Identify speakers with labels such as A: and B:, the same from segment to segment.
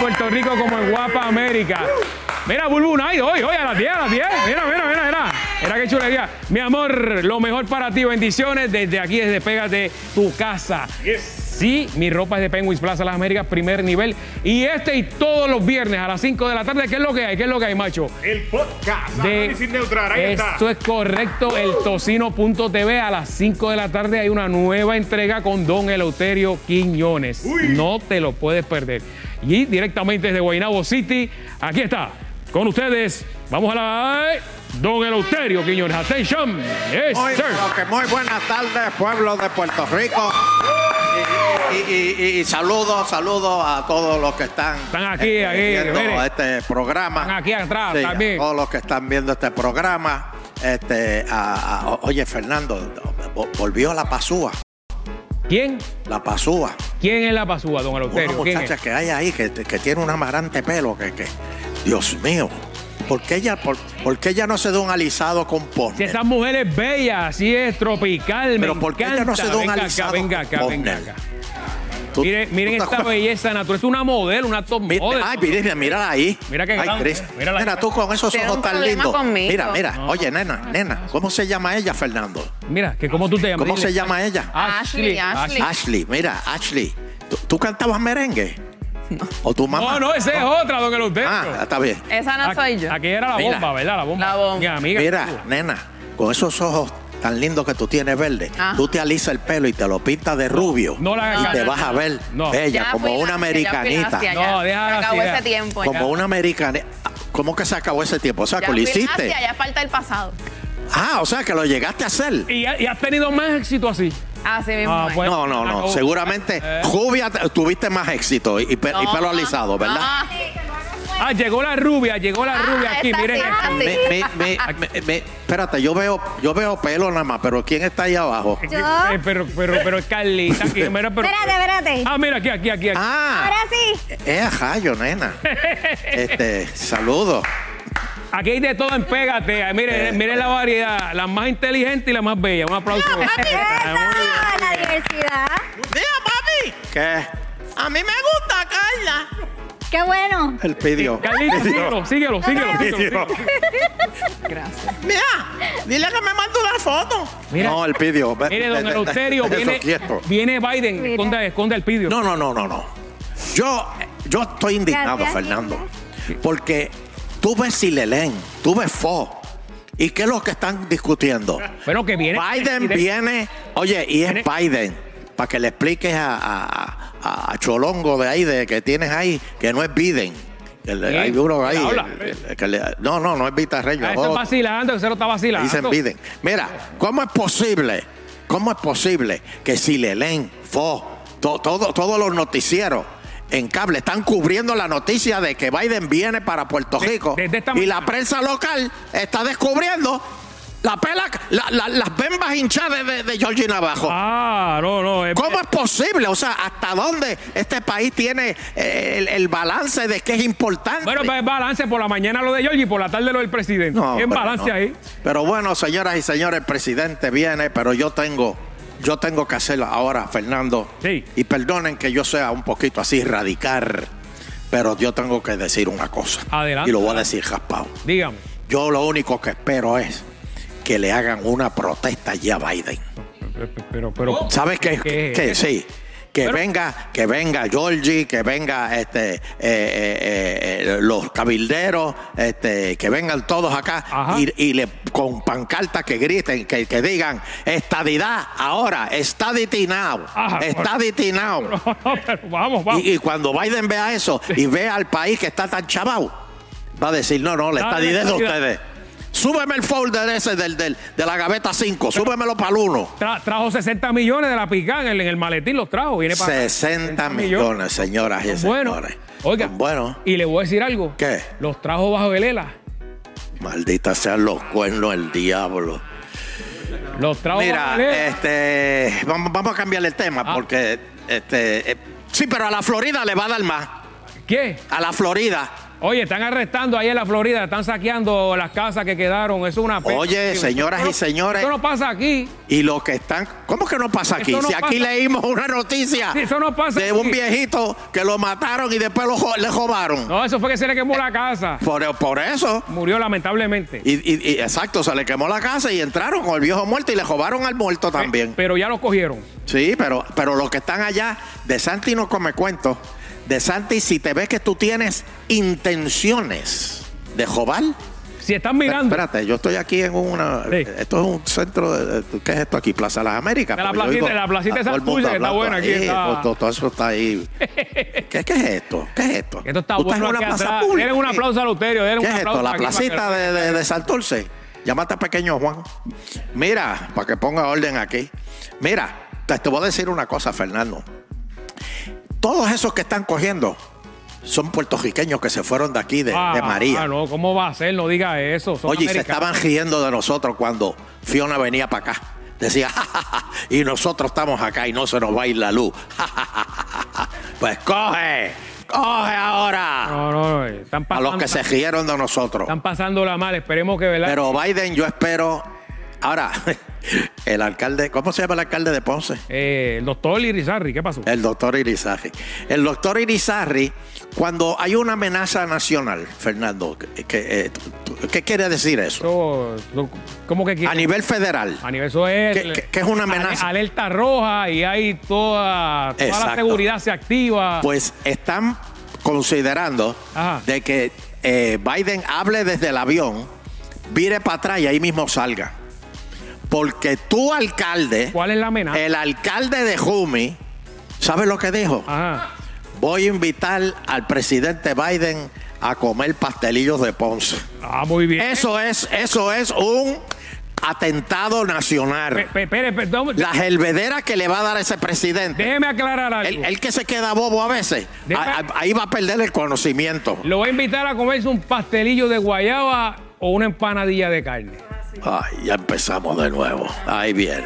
A: Puerto Rico como en Guapa América. Mira, Bulbun, ahí, hoy, hoy, a las 10, a las 10. Mira, mira, mira, mira. Mira qué chulería. Mi amor, lo mejor para ti, bendiciones. Desde aquí, desde Pégate, tu casa. Sí, mi ropa es de Penguins Plaza Las Américas, primer nivel. Y este y todos los viernes a las 5 de la tarde, ¿qué es lo que hay? ¿Qué es lo que hay, macho?
B: El podcast.
A: de-
B: Análisis neutral. Ahí está.
A: Esto es correcto, el tocino.tv a las 5 de la tarde hay una nueva entrega con Don Eleuterio Quiñones.
B: Uy.
A: No te lo puedes perder. Y directamente desde Guaynabo City, aquí está, con ustedes, vamos a la... Don Eleuterio Quiñones, attention, yes,
C: Muy,
A: sir.
C: pero que muy buenas tardes, pueblo de Puerto Rico. Y, y- y- y saludos, saludos a todos los que están,
A: Están aquí,
C: este,
A: aquí,
C: viendo
A: mire.
C: este programa.
A: Están aquí atrás
C: Sí,
A: también.
C: A todos los que están viendo este programa. Este, a- a- o- oye, Fernando, vo- volvió la pasúa.
A: ¿Quién?
C: La pasúa.
A: ¿Quién es la pasúa, Don
C: Una
A: Eleuterio? ¿Quién
C: muchacha
A: es?
C: que hay ahí que, que tiene un amarante pelo. Que, que- Dios mío. ¿Por qué, ella, por, por qué ella no se da un alisado con
A: Si
C: pone?
A: esa mujer es bella, así es, tropical,
C: Pero
A: me
C: ¿por qué ella no
A: encanta.
C: se da un
A: venga acá,
C: alisado
A: venga
C: con
A: acá, venga
C: Bonner?
A: acá. Miren, miren esta belleza natural. Es una modelo, una top
C: Mi-
A: model.
C: Ay, mira, mírala ahí.
A: Mira que
C: Ay,
A: grande,
C: Cris.
A: mírala ahí.
C: Nena, tú con esos
D: Tiene
C: ojos
D: un
C: tan
D: problema
C: lindos.
D: conmigo.
C: Mira, mira. Oye, nena, nena. ¿Cómo se llama ella, Fernando?
A: Mira, que cómo tú te llamas.
C: ¿Cómo
A: Dile.
C: se llama ella?
D: Ashley, Ashley.
C: Ashley. Mira, Ashley. ¿Tú, tú cantabas merengue? ¿O tu mamá?
A: No, no, esa es otra, don Eleuterio.
C: Ah, está bien.
D: Esa no soy yo.
A: Aquí era la
C: Mira.
A: bomba, ¿verdad? La bomba.
D: La bomba.
A: Mi amiga.
C: Mira, nena, con esos ojos tan lindos que tú tienes verde,
D: Ah.
C: tú te alisas el pelo y te lo pintas de rubio.
A: No la
C: y
A: hagas
C: te
A: caso.
C: vas a ver
A: No.
C: bella,
D: Ya
C: como
D: fui
C: una
D: la- ya fui la
C: americanita.
D: hacia
A: No,
D: allá.
A: deja la
D: Acabó
A: idea.
D: ese tiempo. ya.
C: Como una americanita. ¿Cómo que se acabó ese tiempo? O sea,
D: Ya
C: que lo
D: fui la
C: hiciste.
D: hacia allá, falta el pasado.
C: Ah, o sea, que lo llegaste a hacer.
A: Y, y has tenido más éxito así.
D: Así mismo.
A: Ah,
D: es.
A: bueno.
C: No, no, no.
A: Acabó.
C: Seguramente,
A: Eh.
C: Jubia, t- tuviste más éxito y, y pe- y
D: No,
C: pelo alisado, ¿verdad?
D: no.
A: Ah, llegó la rubia, llegó la
D: Ah,
A: rubia aquí,
D: esta
A: miren.
D: sí, esta sí.
C: Me- me- me- me- me- espérate, yo veo, yo veo pelo nada más, pero ¿quién está ahí abajo?
A: Eh,
E: Yo.
A: eh, pero, pero, pero es Carlita aquí. Mira, pero,
E: Espérate, espérate.
A: ah, mira, aquí, aquí, aquí. aquí.
C: Ah,
E: Ahora sí.
C: es Jayo, nena. Este, saludo.
A: Aquí hay de todo en pégate. Ay,
C: Eh.
A: Miren, miren la variedad. La más inteligente y la más bella. Un aplauso. Ah, muy bien.
E: Esa, la diversidad.
C: ¿Qué?
F: A mí me gusta, Carla.
E: Qué bueno.
C: Él pidió.
A: Carlita,
C: Pidió.
A: síguelo, síguelo, síguelo. síguelo, síguelo.
F: Mira, dile que me mande una foto.
A: Mira.
C: No, él pidió. Ve-
A: Mire,
C: de-
A: don
C: de- de-
A: Eleuterio,
C: de eso,
A: viene,
C: quieto.
A: viene Biden.
E: Mira.
A: Esconda, esconda el pidio.
C: No, no, no, no, no. Yo, yo estoy indignado,
E: Gracias,
C: Fernando. Porque tú ves Silelén, tú ves Fo. ¿Y qué es lo que están discutiendo?
A: Bueno, que viene.
C: Biden
A: viene-
C: viene, oye, y es
A: Viene-
C: Biden, para que le expliques a, a- a- a Cholongo de ahí, de que tienes ahí, que no es Biden. El-
A: Sí,
C: hay uno ahí.
A: habla.
C: el- el- que le- no, no, no es Vitarreño.
A: Ah,
C: es
A: eso es
C: otro.
A: vacilando, que se lo está vacilando.
C: Dicen Biden. Mira, ¿cómo es posible? ¿Cómo es posible que si Lelén, Fox, to- todo, todos los noticieros en cable están cubriendo la noticia de que Biden viene para Puerto
A: De-
C: Rico
A: desde esta
C: y
A: mañana.
C: la prensa local está descubriendo la pela, la- la- las bembas hinchadas de, de Georgie Navajo?
A: Ah, no, no. es-
C: ¿Cómo es posible? O sea, ¿hasta dónde este país tiene eh, el, el balance de que es importante?
A: Bueno, pues balance por la mañana lo de Georgie y por la tarde lo del presidente.
C: No,
A: en
C: pero
A: balance
C: no.
A: ahí.
C: Pero bueno, señoras y señores, el presidente viene, pero yo tengo, yo tengo que hacerlo ahora, Fernando.
A: Sí.
C: Y perdonen que yo sea un poquito así radical, pero yo tengo que decir una cosa.
A: Adelante.
C: Y lo voy a decir jaspado.
A: Dígame.
C: Yo lo único que espero es que le hagan una protesta ya a Biden.
A: Pero, pero.
C: ¿Sabes qué?
A: ¿Qué?
C: Que sí. Que
A: Pero-
C: venga, que venga Georgie, que venga este eh, eh, eh, los cabilderos, este, que vengan todos acá
A: Ajá.
C: y, y le con pancartas que griten, que, que digan estadidad ahora, estadity now,
A: Ajá.
C: estadity now.
A: No, no, pero vamos, vamos.
C: Y, y cuando Biden vea eso y vea al país que está tan chavao, va a decir, no, no,
A: Dale
C: la
A: Ah, la
C: estadidad es de
A: estadidad.
C: ustedes. Súbeme el folder ese del, del- de la gaveta 5, súbemelo para el 1.
A: Tra- trajo 60 millones de la picán en, en el maletín, los trajo. Viene para.
C: 60 millones, señoras y
A: Bueno,
C: señores.
A: oiga,
C: Bueno,
A: y le voy a decir algo.
C: ¿Qué?
A: Los trajo bajo E velela.
C: maldita sean los cuernos el diablo.
A: Los trajo
C: Mira,
A: bajo E velela.
C: este, vamos, vamos a cambiar el tema
A: Ah.
C: porque, este, eh, sí, pero a la Florida le va a dar más.
A: ¿Qué?
C: A la Florida.
A: Oye, están arrestando ahí en la Florida, están saqueando las casas que quedaron. Eso es una pena.
C: Oye, señoras
A: Esto no-
C: y señores.
A: Esto no pasa aquí.
C: Y lo que están. ¿Cómo que no pasa aquí?
A: Eso no
C: si aquí
A: pasa.
C: leímos una noticia
A: Sí, eso no pasa
C: de un
A: aquí.
C: viejito que lo mataron y después lo jo- le robaron.
A: No, eso fue que se le quemó la casa.
C: Por, por eso.
A: Murió lamentablemente.
C: Y, y- y- exacto, se le quemó la casa y entraron con el viejo muerto y le robaron al muerto también.
A: Pero ya lo cogieron.
C: Sí, pero, pero los que están allá, de Santi no come cuentos. De Santi, si te ves que tú tienes intenciones de robar.
A: Si están mirando.
C: Espérate, yo estoy aquí en una.
A: Sí.
C: Esto es un centro. De, ¿Qué es esto aquí? Plaza Las Américas.
A: De la
C: Porque yo
A: placita-
C: digo,
A: la placita
C: a
A: esa
C: todo el mundo
A: tuya que está
C: hablando
A: buena aquí,
C: ahí,
A: está-
C: pues, Todo, todo eso está ahí. ¿Qué, qué es esto? ¿Qué es esto?
A: Esto está
C: Tú
A: bueno.
C: estás en una
A: aquí
C: plaza
A: atrás.
C: pública.
A: Denle un aplauso a Luterio. denle
C: ¿Qué
A: un
C: es esto?
A: aplauso
C: La
A: aquí para que-
C: placita de, de, de Santurce. Llámate a pequeño Juan. Mira, para que ponga orden aquí. Mira, te, te voy a decir una cosa, Fernando. Todos esos que están cogiendo son puertorriqueños que se fueron de aquí, de,
A: Ah,
C: de María.
A: Ah, no, ¿cómo va a ser? No diga eso. Son
C: Oye, y se
A: americanos.
C: estaban riendo de nosotros cuando Fiona venía para acá. Decía, "Ja, ja, ja, y nosotros estamos acá y no se nos va a ir la luz. Ja, ja, ja, ja, ja. pues coge, coge ahora.
A: No, no, no, están
C: a
A: pasando.
C: los que se rieron de nosotros.
A: Están pasándola mal. Esperemos que, ¿verdad?
C: Pero Biden, yo espero. Ahora, el alcalde, ¿cómo se llama el alcalde de Ponce?
A: Eh, el doctor Irizarry, ¿qué pasó?
C: El doctor Irizarry. El doctor Irizarry, cuando hay una amenaza nacional, Fernando, que- que, eh, tú- tú- ¿qué quiere decir eso?
A: Eso- eso- ¿Cómo que quiere?
C: A nivel federal.
A: A nivel eso es.
C: ¿Qué- qué- qué es una amenaza?
A: Ale- Alerta roja y hay toda, toda la
C: Exacto.
A: seguridad se activa.
C: Pues están considerando
A: Ajá.
C: de que eh, Biden hable desde el avión, vire para atrás y ahí mismo salga. Porque tu alcalde,
A: ¿Cuál es la amenaza?
C: el alcalde de Jumi, ¿sabe lo que dijo?
A: Ajá.
C: Voy a invitar al presidente Biden a comer pastelillos de Ponce.
A: Ah, muy bien.
C: Eso es, eso es un atentado
A: Pe-
C: nacional.
A: pe- espere, perdón.
C: Las helvederas que le va a dar ese presidente.
A: Déjeme aclarar algo.
C: El, el que se queda bobo a veces,
A: De-
C: a- a- ahí va a perder el conocimiento.
A: Lo voy a invitar a comerse un pastelillo de guayaba o una empanadilla de carne.
C: Ay, ya empezamos de nuevo. Ahí viene.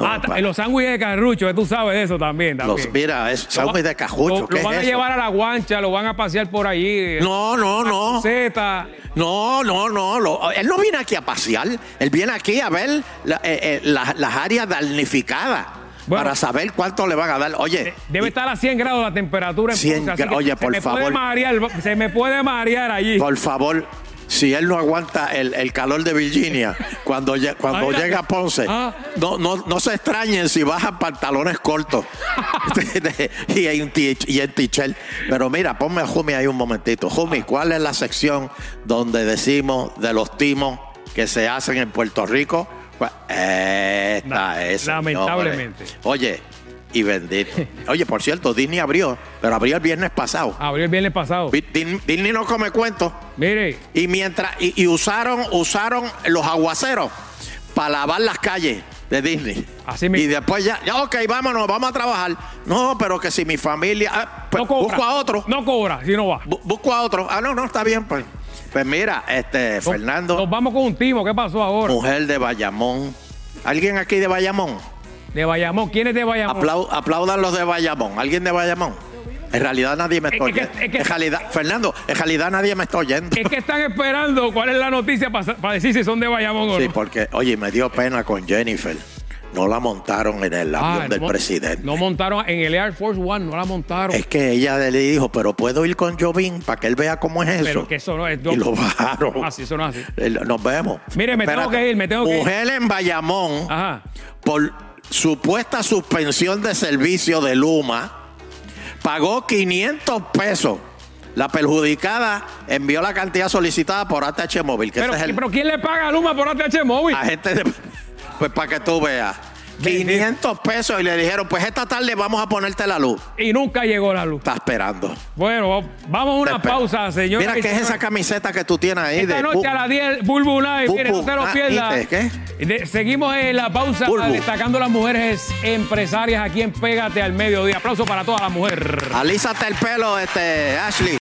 C: No,
A: Ah,
C: pa-
A: ta- los sándwiches de carrucho, eh, tú sabes de eso también. también.
C: los, mira, es
A: Lo va-
C: sándwich de cajucho.
A: Lo,
C: ¿qué
A: lo van
C: es
A: a
C: eso?
A: llevar a la guancha, lo van a pasear por eh. allí.
C: No, no, no.
A: Zeta.
C: No, no, no, lo- Él no viene aquí a pasear. Él viene aquí a ver la- eh, eh, la- las áreas damnificadas
A: Bueno.
C: para saber cuánto le van a dar. Oye,
A: Debe estar a 100 grados la temperatura. en
C: 100
A: Ponce, así
C: gra-
A: que
C: oye,
A: se
C: por
A: me
C: favor.
A: Puede marear, se me puede marear allí.
C: por favor, si él no aguanta el, el calor de Virginia cuando, lle- cuando
A: Ay,
C: llega a Ponce,
A: ah.
C: no, no, no se extrañen si bajan pantalones cortos y en, ti- y en t-shirt. Pero mira, ponme a Jumi ahí un momentito. Jumi, ¿cuál es la sección donde decimos de los timos que se hacen en Puerto Rico? Pues, Esta
A: Na-
C: es. señores.
A: lamentablemente.
C: Oye, y bendito. Oye, por cierto, Disney abrió, pero abrió el viernes pasado.
A: Abrió el viernes pasado.
C: Vi- Din- Disney no come cuentos.
A: Mire,
C: Y mientras y, y usaron usaron los aguaceros para lavar las calles de Disney.
A: Así mismo.
C: Y después ya, ya, ok, vámonos, vamos a trabajar. No, pero que si mi familia. ah, pues,
A: no cobra.
C: Busco a otro.
A: No cobra, si no va.
C: bu- busco a otro. Ah, no, no, está bien, pues. Pues mira, este,
A: No-
C: Fernando,
A: Nos vamos con un timo. ¿Qué pasó ahora?
C: mujer de Bayamón. ¿Alguien aquí de Bayamón?
A: De Bayamón. ¿Quién es de Bayamón?
C: Aplau- aplaudan los de Bayamón. ¿Alguien de Bayamón? En realidad nadie me
A: Es
C: está
A: que-
C: oyendo.
A: es que-
C: En realidad- Fernando, en realidad nadie me está oyendo.
A: Es que están esperando cuál es la noticia para decir si son de Bayamón o
C: Sí,
A: no.
C: porque, oye, me dio pena con Jennifer. No la montaron en el avión
A: Ah,
C: del
A: no-
C: presidente.
A: No montaron en el Air Force One, no la montaron.
C: Es que ella le dijo, pero puedo ir con Jovín para que él vea cómo es eso.
A: Pero que eso no es.
C: Y lo bajaron.
A: Así, eso no es así.
C: Eh, Nos vemos.
A: Mire, me tengo que ir, me tengo que ir. Ah.
C: Mujer en Bayamón,
A: Ajá.
C: por supuesta suspensión de servicio de Luma, pagó 500 pesos. La perjudicada envió la cantidad solicitada por ATH Móvil, que
A: Pero,
C: ese es el Ah.
A: pero ¿quién le paga a Luma por ATH Móvil?
C: a gente de- pues para que tú veas 500 pesos y le dijeron pues esta tarde vamos a ponerte la luz
A: Y nunca llegó la luz.
C: está esperando
A: Bueno, vamos a
C: Te
A: una
C: espera.
A: pausa, señor.
C: mira qué es esa camiseta que tú tienes ahí
A: Esta
C: de
A: noche
C: bu-
A: a las 10, Bulbu Night.
C: Bu-
A: Mire, no
C: Bu-
A: se lo
C: Ah,
A: pierda.
C: ¿viste?
A: De- seguimos en la pausa
C: Bulbu.
A: destacando las mujeres empresarias aquí en Pégate al Mediodía. Aplauso para toda la mujer.
C: alízate el pelo este Ashley